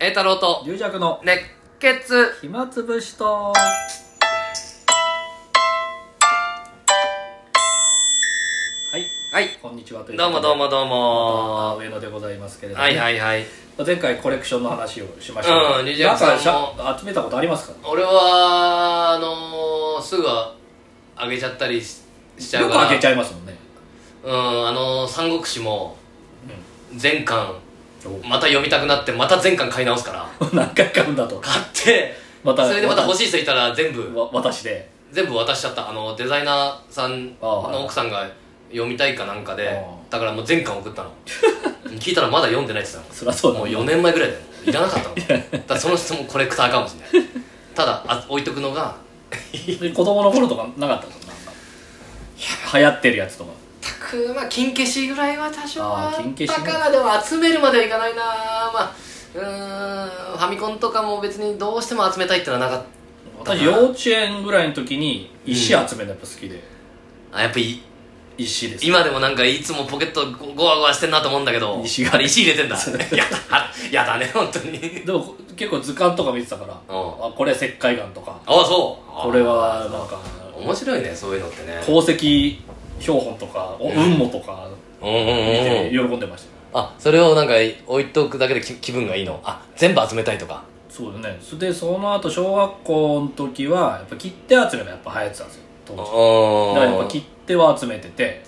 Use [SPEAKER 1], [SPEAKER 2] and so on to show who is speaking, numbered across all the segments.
[SPEAKER 1] 栄太郎と
[SPEAKER 2] 龍尺の
[SPEAKER 1] 熱血
[SPEAKER 2] 暇つぶしとはい
[SPEAKER 1] はい
[SPEAKER 2] こんにちはというこ
[SPEAKER 1] ど
[SPEAKER 2] と
[SPEAKER 1] う
[SPEAKER 2] で
[SPEAKER 1] もどうもどう
[SPEAKER 2] あ
[SPEAKER 1] も
[SPEAKER 2] 上野でございますけれども、
[SPEAKER 1] はいはいはい
[SPEAKER 2] 前回コレクションの話をしましたが
[SPEAKER 1] うん龍
[SPEAKER 2] な
[SPEAKER 1] 尺
[SPEAKER 2] ん
[SPEAKER 1] さんも
[SPEAKER 2] かしゃ集めたことありますか
[SPEAKER 1] 俺はあのー、すぐあげちゃったりししちゃ
[SPEAKER 2] よ
[SPEAKER 1] う
[SPEAKER 2] く
[SPEAKER 1] から
[SPEAKER 2] 開けちゃいますもんね、
[SPEAKER 1] うんあのー、三国志も全巻
[SPEAKER 2] うん
[SPEAKER 1] また読みたくなってまた全巻買い直すから
[SPEAKER 2] お何回買うんだと
[SPEAKER 1] 買って
[SPEAKER 2] また
[SPEAKER 1] それでまた欲しい人いたら全部
[SPEAKER 2] わ私で
[SPEAKER 1] 全部渡しちゃったあのデザイナーさん
[SPEAKER 2] あはい
[SPEAKER 1] の奥さんが読みたいかなんかで
[SPEAKER 2] あ
[SPEAKER 1] だからもう全巻送ったの 聞いたらまだ読んでないって言ってたの
[SPEAKER 2] そりゃそうだ
[SPEAKER 1] もう
[SPEAKER 2] ね
[SPEAKER 1] 4年前ぐらいだよいらなかった のだからその人もコレクターかもしれないただあ置いとくのが
[SPEAKER 2] で子供の頃とかなかったのなんか流行ってるやつとか
[SPEAKER 1] たくまあ金消しぐらいは多少は
[SPEAKER 2] あー金消しね
[SPEAKER 1] だからでも集めるまではいかないなまあうーんファミコンとかも別にどうしても集めたいってのはなかっ
[SPEAKER 2] 私幼稚園ぐらいの時に石集めるのやっぱ好きで、
[SPEAKER 1] たあやっぱり
[SPEAKER 2] 石です
[SPEAKER 1] 今でもなんかいつもポケットごごわごわしてんなと思うんだけど
[SPEAKER 2] 石が
[SPEAKER 1] あれ石入れてんだやだやだね本当に
[SPEAKER 2] でもこ結構図鑑とか見てたから、
[SPEAKER 1] ん
[SPEAKER 2] あこれ石灰岩とか
[SPEAKER 1] ああそう
[SPEAKER 2] これはなんか
[SPEAKER 1] 面白いねそういうのってね
[SPEAKER 2] 鉱石標本とか、お雲母とか
[SPEAKER 1] うんうん
[SPEAKER 2] 見
[SPEAKER 1] うんうん
[SPEAKER 2] て喜んでましたよ、
[SPEAKER 1] あそれをなんか置いとくだけでき気分がいいのあ全部集めたいとか
[SPEAKER 2] そうだねそれでその後小学校の時はやっぱ切手集めがやっぱ流行ってたんですよ当時だからやっぱ
[SPEAKER 1] あ
[SPEAKER 2] 切手は集めてて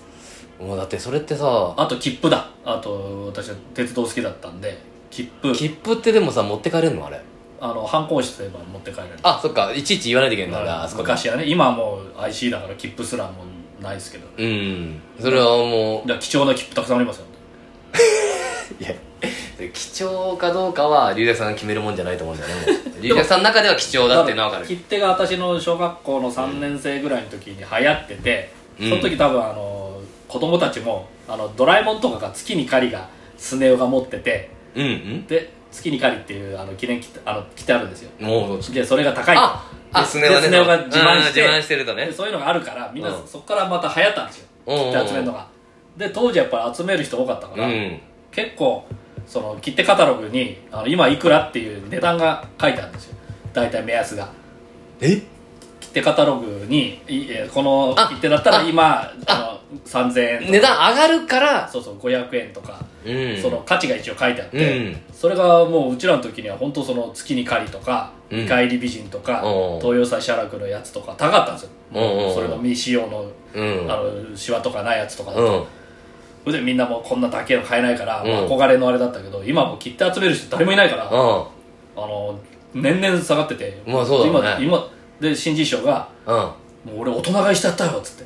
[SPEAKER 1] もうだってそれってさ
[SPEAKER 2] あと切符だあと私は鉄道好きだったんで切符
[SPEAKER 1] 切符ってでもさ持って帰れるのあれ
[SPEAKER 2] あの反抗してれば持って帰れる
[SPEAKER 1] あそっかいちいち言わないといけないんだ
[SPEAKER 2] ま
[SPEAKER 1] な
[SPEAKER 2] あ
[SPEAKER 1] あそこで
[SPEAKER 2] 昔はね今はもう IC だから切符すらもうないですけど
[SPEAKER 1] うんそれはも
[SPEAKER 2] だから貴重な切符たくさんありますよ
[SPEAKER 1] ういや貴重かどうかは龍也さんが決めるもんじゃないと思うんだよね もう龍也さんの中では貴重だっていうのは分かる
[SPEAKER 2] 切手が私の小学校の3年生ぐらいの時に流行ってて、
[SPEAKER 1] うん
[SPEAKER 2] その時多分あの子供たちもあのドラえもんとかが月に狩りがスネ夫が持ってて
[SPEAKER 1] うんうん
[SPEAKER 2] で月に狩りっていうあの記念切手あの切手あるんですよ
[SPEAKER 1] もう
[SPEAKER 2] でそれが高い
[SPEAKER 1] ああ
[SPEAKER 2] で
[SPEAKER 1] スネ夫がね
[SPEAKER 2] でスネ夫が自慢して
[SPEAKER 1] うん自慢してるとね
[SPEAKER 2] でそういうのがあるからみんな
[SPEAKER 1] うん
[SPEAKER 2] そこからまた流行ったんですよ
[SPEAKER 1] うんうんうん
[SPEAKER 2] 切手集めるのがで当時やっぱり集める人多かったか
[SPEAKER 1] う
[SPEAKER 2] ら、
[SPEAKER 1] ん
[SPEAKER 2] 結構その切手カタログにあの今いくらっていう値段が書いてあるんですよ大体目安が
[SPEAKER 1] え
[SPEAKER 2] 切手カタログにいえーこの
[SPEAKER 1] あ
[SPEAKER 2] 切手だったら今あの3000円とか
[SPEAKER 1] 値段上がるから
[SPEAKER 2] そうそう500円とか、
[SPEAKER 1] うん
[SPEAKER 2] その価値が一応書いてあっ
[SPEAKER 1] うん
[SPEAKER 2] て、それがもううちらの時には本当その月に狩りとか、
[SPEAKER 1] うん
[SPEAKER 2] 見返り美人とか、
[SPEAKER 1] おう
[SPEAKER 2] 東洋祭写楽のやつとか高かったんですよ、
[SPEAKER 1] おうおう
[SPEAKER 2] それの未使用の
[SPEAKER 1] うん
[SPEAKER 2] あのシワとかないやつとかだと、
[SPEAKER 1] うん
[SPEAKER 2] それでみんなもうこんな高いの買えないから、
[SPEAKER 1] うん
[SPEAKER 2] まあ憧れのあれだったけど今もう切って集める人誰もいないから、あ
[SPEAKER 1] うん
[SPEAKER 2] の年々下がってて、
[SPEAKER 1] まあそうだろうね
[SPEAKER 2] 今今で新人賞が
[SPEAKER 1] うん
[SPEAKER 2] 「もう俺大人買いしちゃったよ」っつ って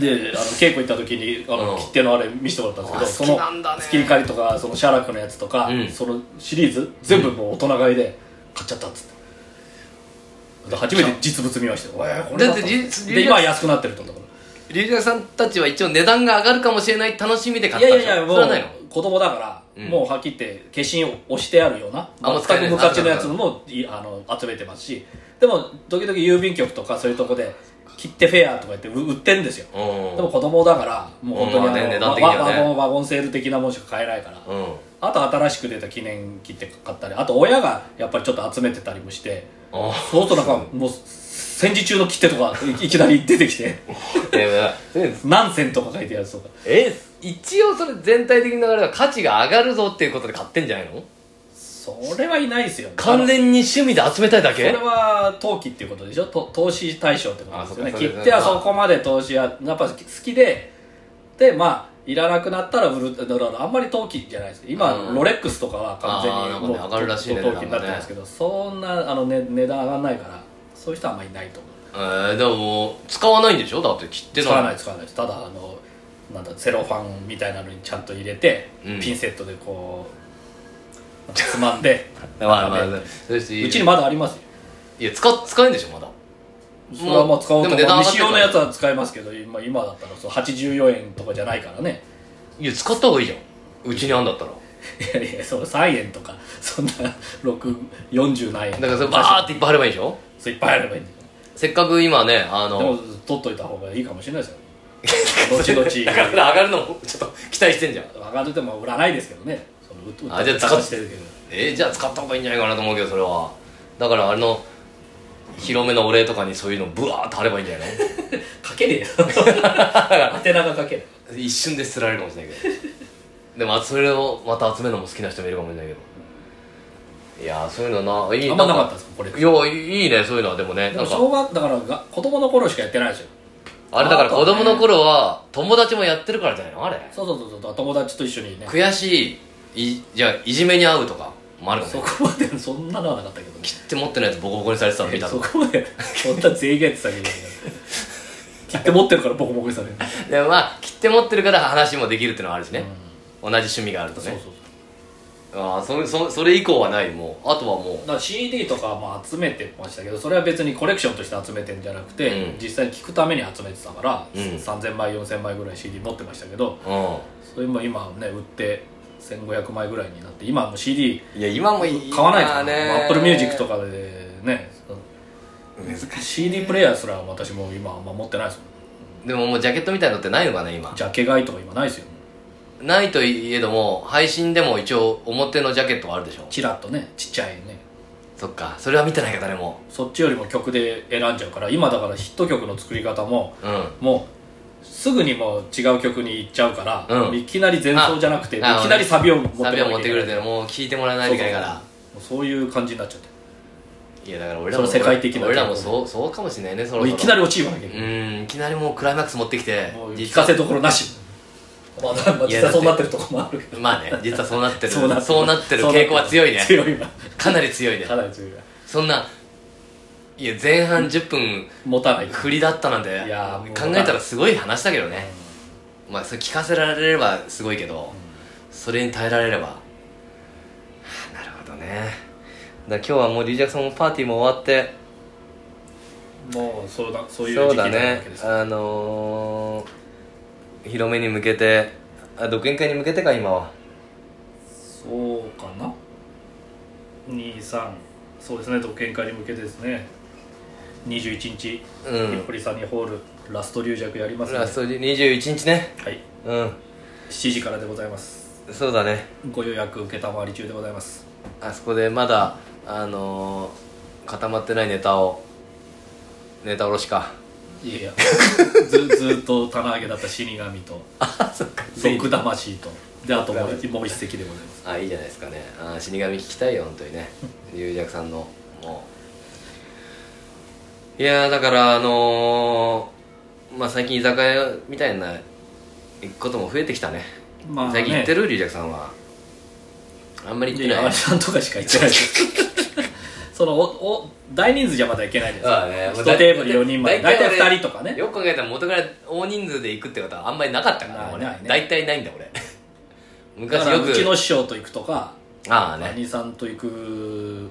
[SPEAKER 2] であの稽古行った時にあの、
[SPEAKER 1] うん
[SPEAKER 2] 切手のあれ見せてもらったんですけど
[SPEAKER 1] あ好きなんだね
[SPEAKER 2] そのスキリカリとかそのシャラクのやつとか、
[SPEAKER 1] うん
[SPEAKER 2] そのシリーズ全部もう大人買いで買っちゃったっつって。で初めて実物見ましたよ。おいこれだった
[SPEAKER 1] だって実
[SPEAKER 2] で今は安くなってるってことだから。
[SPEAKER 1] 龍尺さんたちは一応値段が上がるかもしれない楽しみで買
[SPEAKER 2] い
[SPEAKER 1] っ
[SPEAKER 2] や
[SPEAKER 1] た
[SPEAKER 2] い
[SPEAKER 1] でしょ
[SPEAKER 2] やいやも
[SPEAKER 1] それはないの
[SPEAKER 2] う子供だから、
[SPEAKER 1] うん
[SPEAKER 2] もうはっきり言って化身を押してあるような
[SPEAKER 1] あもう使えな
[SPEAKER 2] 全
[SPEAKER 1] い
[SPEAKER 2] く昔のやつのもいあの集めてますしでも時々郵便局とかそういうとこで切手フェアとか言ってう売ってるんですよ
[SPEAKER 1] うん
[SPEAKER 2] でも子供だからもう本当にあ
[SPEAKER 1] うんまあね値段
[SPEAKER 2] の
[SPEAKER 1] 的には
[SPEAKER 2] わ
[SPEAKER 1] ね
[SPEAKER 2] ワゴンワゴンセール的なもんしか買えないから
[SPEAKER 1] うん
[SPEAKER 2] あと新しく出た記念切手買ったりあと親がやっぱりちょっと集めてたりもして
[SPEAKER 1] あ
[SPEAKER 2] そうするとなんかもう戦時中の切手とかいいきなり出て きて
[SPEAKER 1] え
[SPEAKER 2] 何銭とか書いてるやつとか
[SPEAKER 1] え一応それ全体的な流れは価値が上がるぞっていうことで買ってんじゃないの
[SPEAKER 2] それはいないですよね
[SPEAKER 1] 完全に趣味で集めたいだ
[SPEAKER 2] それ
[SPEAKER 1] け
[SPEAKER 2] は投機っていうことでしょと投資対象ってことですよね
[SPEAKER 1] あそっかそれ
[SPEAKER 2] 切手はそこまで投資はやっぱ好きででまあいらなくなったら売るだからあんまり投機じゃないですけど今、
[SPEAKER 1] うん
[SPEAKER 2] ロレックスとかは完全
[SPEAKER 1] あーなんかね
[SPEAKER 2] にもう
[SPEAKER 1] 上がるらしいね
[SPEAKER 2] 投機になってますけど、そんなあの、ね、値段上がんないからそういう人はあんまりいないと思う
[SPEAKER 1] えー、でももう使わないんでしょだって切って
[SPEAKER 2] 使わない
[SPEAKER 1] い
[SPEAKER 2] 使わないですただあのなんだセロファンみたいなのにちゃんと入れて、
[SPEAKER 1] うん
[SPEAKER 2] ピンセットでこうつまんで
[SPEAKER 1] まあまあ
[SPEAKER 2] なんかね
[SPEAKER 1] そうし
[SPEAKER 2] うちにまだありますよ
[SPEAKER 1] いや使使えんでしょまだ
[SPEAKER 2] それはまあ使おうと
[SPEAKER 1] でも値段上
[SPEAKER 2] 思
[SPEAKER 1] が
[SPEAKER 2] う
[SPEAKER 1] ってる
[SPEAKER 2] 未使用のやつは使えますけど今今だったらそう84円とかじゃないか らね
[SPEAKER 1] いや使った方がいいじゃんうちにあんだったら
[SPEAKER 2] いやいやそう3円とかそんな640何円
[SPEAKER 1] だからそれバーっていっぱいあればいいでしょ
[SPEAKER 2] そういっぱいあればいいんだよ
[SPEAKER 1] せっかく今ねあ
[SPEAKER 2] でも
[SPEAKER 1] の
[SPEAKER 2] 取っといた方がいいかもしれな いですよ後々
[SPEAKER 1] だから上がるのをちょっと期待してんじゃん
[SPEAKER 2] 上がるでも売らないですけどねそのうう
[SPEAKER 1] あじゃあ
[SPEAKER 2] 歌
[SPEAKER 1] 使っ
[SPEAKER 2] してるけど
[SPEAKER 1] えーじゃあ使った方がいいんじゃないかなと思うけどそれはだからあの広めのお礼とかにそういうのブワーッと貼ればいいんじゃない
[SPEAKER 2] 書けね えよ宛名が書けない
[SPEAKER 1] の一瞬で捨てられるかもしれないけどでもそれをまた集めるのも好きな人もいるかもしれないけどいやーそういうのないい
[SPEAKER 2] あんまなかった
[SPEAKER 1] ん
[SPEAKER 2] ですかこれ
[SPEAKER 1] いやいいねそういうのはでもね
[SPEAKER 2] で
[SPEAKER 1] な
[SPEAKER 2] も
[SPEAKER 1] んか
[SPEAKER 2] 小学だからが子供の頃しかやってないでしょ
[SPEAKER 1] あれだから
[SPEAKER 2] あとは
[SPEAKER 1] 子
[SPEAKER 2] ね
[SPEAKER 1] 供の頃は友達もやってるからじゃないのあれ
[SPEAKER 2] そうそうそうそう友達と一緒にね
[SPEAKER 1] 悔しいいじゃあいじめに遭うとかもあるかも
[SPEAKER 2] そ
[SPEAKER 1] ね
[SPEAKER 2] こまでそんなのはなかったけどね
[SPEAKER 1] 切って持ってないやつボコボコにされてたの見た
[SPEAKER 2] そ
[SPEAKER 1] と
[SPEAKER 2] こまでそんな全員がやってたわけじゃないから切って持ってるからボコボコにされる、
[SPEAKER 1] でもまあ切って持ってるから話もできるっていうのはあるし
[SPEAKER 2] うん
[SPEAKER 1] ね、同じ趣味があると
[SPEAKER 2] そうそう
[SPEAKER 1] ね
[SPEAKER 2] そう
[SPEAKER 1] ああそそそれ以降はないもうあとはも
[SPEAKER 2] だから CD とかも集めてましたけどそれは別にコレクションとして集めてんじゃなくて、
[SPEAKER 1] うん
[SPEAKER 2] 実際に聴くために集めてたから、
[SPEAKER 1] うん
[SPEAKER 2] 3000枚4000枚ぐらい CD 持ってましたけど
[SPEAKER 1] う
[SPEAKER 2] それも今ね売って1500枚ぐらいになって今はもう CD
[SPEAKER 1] うんいや今もいい
[SPEAKER 2] 買わないから
[SPEAKER 1] まあ
[SPEAKER 2] ね
[SPEAKER 1] ね
[SPEAKER 2] Apple Music とかでね
[SPEAKER 1] 難し
[SPEAKER 2] CD プレイヤーすら私も今あんま持ってないですも
[SPEAKER 1] いでももうジャケットみたいのってないのかな今
[SPEAKER 2] んジャケ買いとか今ないですよ
[SPEAKER 1] ないといえども配信でも一応表のジャケットはあるでしょ
[SPEAKER 2] チラッとねちっちゃいね
[SPEAKER 1] そっかそれは見てないか誰も
[SPEAKER 2] そっちよりも曲で選んじゃうから今だからヒット曲の作り方も
[SPEAKER 1] うん
[SPEAKER 2] もうすぐにもう違う曲に行っちゃうから、
[SPEAKER 1] うん
[SPEAKER 2] いきなり前奏じゃなくていき
[SPEAKER 1] あ
[SPEAKER 2] なりサビを持って
[SPEAKER 1] サビを持ってくるっ
[SPEAKER 2] と
[SPEAKER 1] てもう聞いてもらわないといけないから
[SPEAKER 2] そういう感じになっちゃって
[SPEAKER 1] いやだから俺らも
[SPEAKER 2] その世界的な
[SPEAKER 1] 俺らもそうそうかもしれないねそろそ
[SPEAKER 2] も
[SPEAKER 1] うろ
[SPEAKER 2] いきなり落ちるわけ、
[SPEAKER 1] うんいきなりもうクライマックス持ってきて
[SPEAKER 2] もう聞
[SPEAKER 1] 実
[SPEAKER 2] か
[SPEAKER 1] は
[SPEAKER 2] せどころなしまあまあまあ
[SPEAKER 1] いや
[SPEAKER 2] 実際そうなってるとこもあるけど
[SPEAKER 1] まあね実は そうなってる
[SPEAKER 2] そうなってる
[SPEAKER 1] ってる傾向は強いね
[SPEAKER 2] 強いわ
[SPEAKER 1] かなり強いね
[SPEAKER 2] かなり強いわ
[SPEAKER 1] そんないや前半10分
[SPEAKER 2] 持たない
[SPEAKER 1] 振りだったなんて
[SPEAKER 2] いやもう
[SPEAKER 1] 考えたらすごい話だけどねまあそれ聞かせられればすごいけどそれに耐えられればはあなるほどねだから今日はもうリージャクソンもパーティーも終わって
[SPEAKER 2] もうそうだそういう
[SPEAKER 1] そ
[SPEAKER 2] 時
[SPEAKER 1] う
[SPEAKER 2] 期
[SPEAKER 1] だ
[SPEAKER 2] なわ
[SPEAKER 1] ね
[SPEAKER 2] けですよ
[SPEAKER 1] あのー、広めに向けてあ独演会に向けてか今は
[SPEAKER 2] そうかな23そうですね独演会に向けてですね21日
[SPEAKER 1] う
[SPEAKER 2] ひっ
[SPEAKER 1] ん
[SPEAKER 2] くりサニーホールラスト龍尺やりますね
[SPEAKER 1] ラスト21日ね
[SPEAKER 2] はい
[SPEAKER 1] うん
[SPEAKER 2] 7時からでございます
[SPEAKER 1] そうだね
[SPEAKER 2] ご予約受けたまわり中でございます
[SPEAKER 1] あそこでまだあのー、固まってないネタをネタおろしか
[SPEAKER 2] いやいやずずっと棚上げだった死神と
[SPEAKER 1] あそっか
[SPEAKER 2] 毒魂とであともう一もう一席でございます
[SPEAKER 1] あいいじゃないですかねあ死神聞きたいよ本当にね龍尺さんのもういやーだからあのー、まあ最近居酒屋みたいな行くことも増えてきたね
[SPEAKER 2] まあね
[SPEAKER 1] 最近行ってる龍尺さんはあんまり行っ
[SPEAKER 2] い
[SPEAKER 1] て
[SPEAKER 2] や
[SPEAKER 1] ない
[SPEAKER 2] あれさんとかしか行ってないです そのおお大人数じゃまだいけないです
[SPEAKER 1] そうだね
[SPEAKER 2] 一テーブル4人まで大
[SPEAKER 1] 大体
[SPEAKER 2] 体2人とかね
[SPEAKER 1] よく考えたら元から大人数で行くってことはあんまりなかったから
[SPEAKER 2] まあ
[SPEAKER 1] 俺
[SPEAKER 2] ないね
[SPEAKER 1] 大体ないんだ俺
[SPEAKER 2] だ
[SPEAKER 1] 昔
[SPEAKER 2] から
[SPEAKER 1] よ
[SPEAKER 2] うちの
[SPEAKER 1] く
[SPEAKER 2] 師匠と行くとか
[SPEAKER 1] ああね
[SPEAKER 2] 兄さんと行く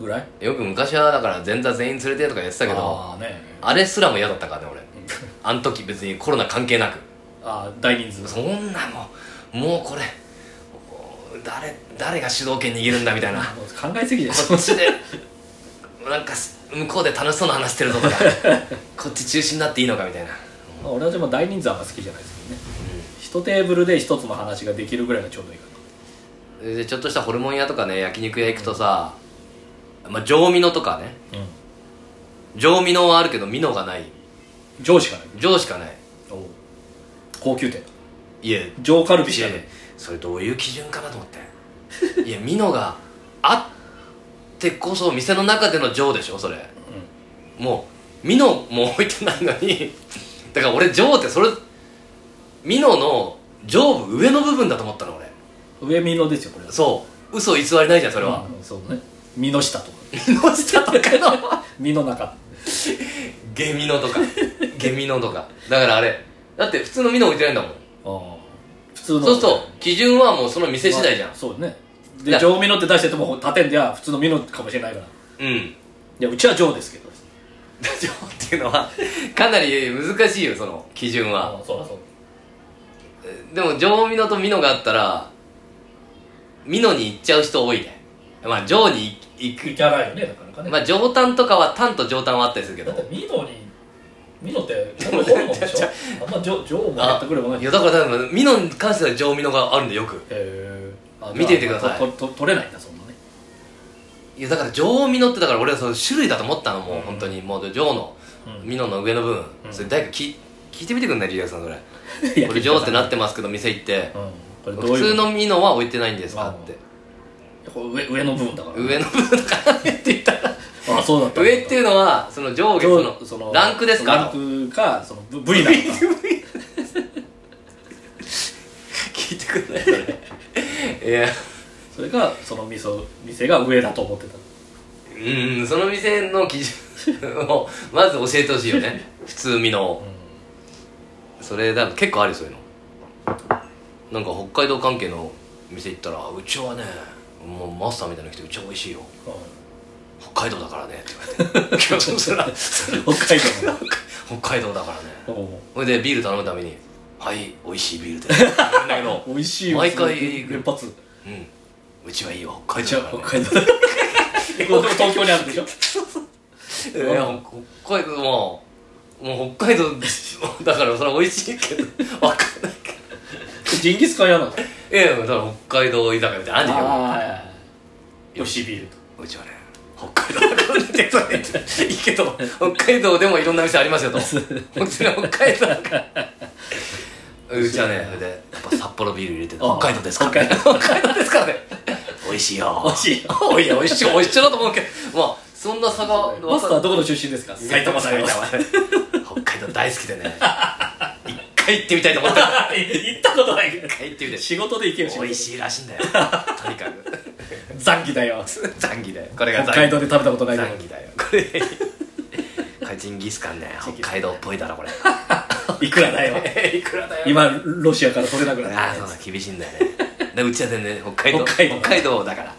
[SPEAKER 2] ぐらい
[SPEAKER 1] よく昔はだから前座全員連れてとかやってたけど
[SPEAKER 2] ああね
[SPEAKER 1] あれすらも嫌だったからね俺 あの時別にコロナ関係なく
[SPEAKER 2] ああ大人数
[SPEAKER 1] そんなもうもうこれ誰誰が主導権握るんだみたいな
[SPEAKER 2] もう考えすぎじゃない
[SPEAKER 1] こっち でなんかす向こうで楽しそうな話してるとか こっち中心になっていいのかみたいな
[SPEAKER 2] まあ俺はでも大人数はあんま好きじゃないですけどね、一テーブルで一つの話ができるぐらいがちょうどいいか
[SPEAKER 1] でちょっとしたホルモン屋とかね焼肉屋行くとさ、まあ、上ミノとかね
[SPEAKER 2] な、うん、
[SPEAKER 1] 上ミノはあるけどミノがない
[SPEAKER 2] 上司かない
[SPEAKER 1] 上しかない
[SPEAKER 2] 高級店
[SPEAKER 1] いや
[SPEAKER 2] 上カルビしかない
[SPEAKER 1] いやそれどういう基準かなと思って いやミノがあってこそ店の中での上でしょそれ、もうミノも置いてないのに だから俺上ってそれミノの上部上の部分だと思ったの俺
[SPEAKER 2] 上身のですよこれは
[SPEAKER 1] そう嘘偽りないじゃんそれは、
[SPEAKER 2] うんそうね身の下とか
[SPEAKER 1] ミノ下とかの
[SPEAKER 2] 身の中
[SPEAKER 1] ゲミノ とかゲミノとかだからあれだって普通のミノ置いてないんだもん
[SPEAKER 2] 普通の
[SPEAKER 1] そうすると基準はもうその店次第じゃん
[SPEAKER 2] そうね
[SPEAKER 1] だ
[SPEAKER 2] で上身のって出してても縦では普通の身のかもしれないからい
[SPEAKER 1] うん
[SPEAKER 2] やうちは上ですけど
[SPEAKER 1] 上っていうのはかなり難しいよその基準は
[SPEAKER 2] そうだそう
[SPEAKER 1] でも上ミノとミノがあったらミノに行っちゃう人多いねまあ上に行
[SPEAKER 2] 行
[SPEAKER 1] く
[SPEAKER 2] かないよねなかなかね、
[SPEAKER 1] まあ上端とかは端と上端はあったりするけ
[SPEAKER 2] だっ
[SPEAKER 1] ど
[SPEAKER 2] て身のに身のってあんまりホルモンでしょあんま上上もやってくれもない
[SPEAKER 1] いやだから多分ミノに関しては上ミノがあるんでよく
[SPEAKER 2] えあ
[SPEAKER 1] 見てみてください
[SPEAKER 2] じゃあとと取れないんだそん なね
[SPEAKER 1] いやだから女王ミノってだから俺はその種類だと思ったのもう、
[SPEAKER 2] うん
[SPEAKER 1] 本当にもう女王の
[SPEAKER 2] うん
[SPEAKER 1] ミノの上の部分、
[SPEAKER 2] うん
[SPEAKER 1] それ誰か聞聞いてみてくんないリリアさんそれ
[SPEAKER 2] いや
[SPEAKER 1] 俺女王ってなってますけど店行って
[SPEAKER 2] うんこれどう
[SPEAKER 1] 普
[SPEAKER 2] いう
[SPEAKER 1] 通のミノは置いてないんですかって
[SPEAKER 2] これ上上の部分だから
[SPEAKER 1] 上の部分だからねって言ったら
[SPEAKER 2] ああそうだった
[SPEAKER 1] 上っていうのはその上下その
[SPEAKER 2] その
[SPEAKER 1] ランクですか
[SPEAKER 2] ラン
[SPEAKER 1] ら
[SPEAKER 2] クかその部部位なのか
[SPEAKER 1] 聞いてくんない それいや
[SPEAKER 2] それがその店店が上だと思ってた
[SPEAKER 1] うんその店の基準をまず教えてほしいよね普通ミノをそれだ結構あるよそういうのなんか北海道関係の店行ったら「うちはねもうマスターみたいな人うちは美味しいよ北海道だからね」って言われて いやそらそら
[SPEAKER 2] うん北海道
[SPEAKER 1] 北海道だからね
[SPEAKER 2] のおう
[SPEAKER 1] それでビール頼むために「はい美味しいビールで」って言うんだけど
[SPEAKER 2] 美味しいよ
[SPEAKER 1] 毎回
[SPEAKER 2] それ連発
[SPEAKER 1] 「うんうちはいいよ北海
[SPEAKER 2] じ
[SPEAKER 1] 道
[SPEAKER 2] ゃ
[SPEAKER 1] だ
[SPEAKER 2] あ
[SPEAKER 1] から、
[SPEAKER 2] 北
[SPEAKER 1] ね」
[SPEAKER 2] 海 道でも東京にあるでしょ
[SPEAKER 1] いや北海道もうもう北海道だからそれは美味しいけど分かんないけ
[SPEAKER 2] ジンギスカン屋なの
[SPEAKER 1] どいやいやだから北海道居酒屋みたいなのあんじゃん
[SPEAKER 2] あ美味しいビールと
[SPEAKER 1] うちはね北海道だからって言われていいけど北海道でもいろんな店ありますよと本当に北海道だからうちはねそれでやっぱ札幌ビール入れて
[SPEAKER 2] あ
[SPEAKER 1] 北海道ですからね北海道ですからね美味しいよ
[SPEAKER 2] 美味しいよ
[SPEAKER 1] いや美味しい美味しいだと思うけどまあそんな差が
[SPEAKER 2] マスターはどこの出身です か
[SPEAKER 1] 埼玉埼玉北海道大好きでね一回行ってみたいと思ってる
[SPEAKER 2] 行ったことないけど
[SPEAKER 1] 一回行ってみて
[SPEAKER 2] 仕事で行けよ仕
[SPEAKER 1] 美
[SPEAKER 2] 事
[SPEAKER 1] 味しいらしいんだよとにかく
[SPEAKER 2] 残機だよ
[SPEAKER 1] ザンギだよこれが
[SPEAKER 2] 北
[SPEAKER 1] ザンギ
[SPEAKER 2] 海道で食べたことないけど
[SPEAKER 1] 残機だよこれカジンギスカンね北海道っぽいだろこれ
[SPEAKER 2] いくらだよ
[SPEAKER 1] いくらだ
[SPEAKER 2] 今ロシアから取れなくな
[SPEAKER 1] ああ
[SPEAKER 2] っ
[SPEAKER 1] そう
[SPEAKER 2] た
[SPEAKER 1] だ厳しいんだよねでうちは全然北海道
[SPEAKER 2] 北海道
[SPEAKER 1] だから